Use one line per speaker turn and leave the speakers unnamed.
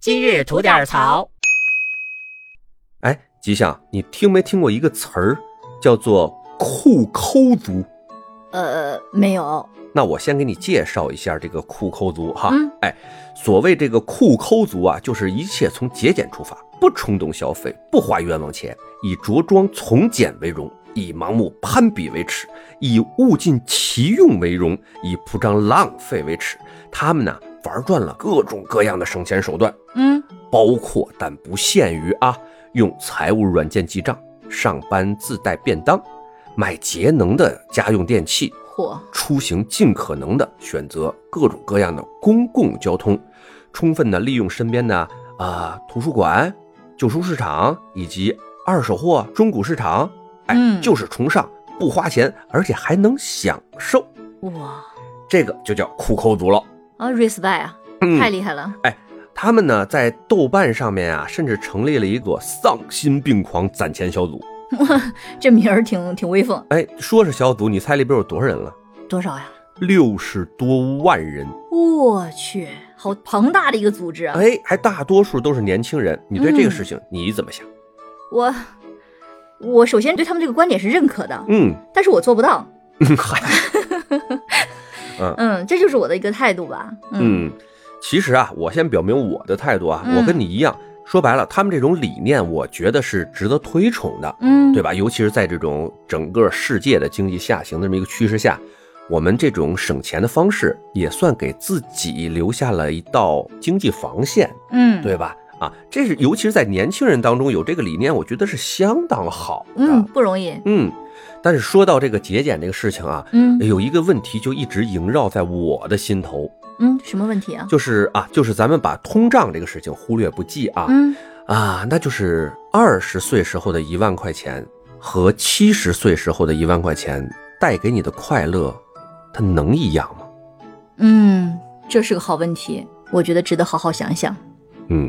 今日吐点槽。
哎，吉祥，你听没听过一个词儿叫做“库抠族
呃，没有，”？
那我先给你介绍一下这个库抠族哈。
嗯
哎，所谓这个库抠族啊，就是一切从节俭出发，不冲动消费，不花冤枉钱，以着装从简为荣，以盲目攀比为耻，以物尽其用为荣，以铺张浪费为耻。他们呢，玩转了各种各样的省钱手段。
嗯，
包括但不限于啊，用财务软件记账、上班自带便当、买节能的家用电器、
嚯，
出行尽可能的选择各种各样的公共交通，充分的利用身边的啊、图书馆、旧书市场以及二手货中古市场。哎，
嗯
就是崇尚不花钱，而且还能享受，
哇
这个就叫酷抠族了。
啊，respect 啊，
嗯
太厉害了。
他们呢，在豆瓣上面啊，甚至成立了一个丧心病狂攒钱小组。
这名儿挺挺威风，
哎，说是小组，你猜里边有多少人了？
多少呀？
六十多万人，
我去，好庞大的一个组织啊！嗯
哎，还大多数都是年轻人。你对这个事情你怎么想？
我我首先对他们这个观点是认可的，
嗯，
但是我做不到。
嗨，
嗯，这就是我的一个态度吧。嗯
嗯， 其实啊，我先表明我的态度啊，
嗯
我跟你一样，说白了，他们这种理念，我觉得是值得推崇的。
嗯，
对吧？尤其是在这种整个世界的经济下行的这么一个趋势下，我们这种省钱的方式也算给自己留下了一道经济防线，
嗯，
对吧？啊，这是尤其是在年轻人当中有这个理念，我觉得是相当好的。
嗯，不容易。
嗯但是说到这个节俭这个事情啊，
嗯
有一个问题就一直萦绕在我的心头，
嗯，什么问题啊？
就是啊，就是咱们把通胀这个事情忽略不计啊。
嗯
啊，那就是二十岁时候的一万块钱和七十岁时候的一万块钱带给你的快乐，它能一样吗？
嗯，这是个好问题，我觉得值得好好想想。
嗯，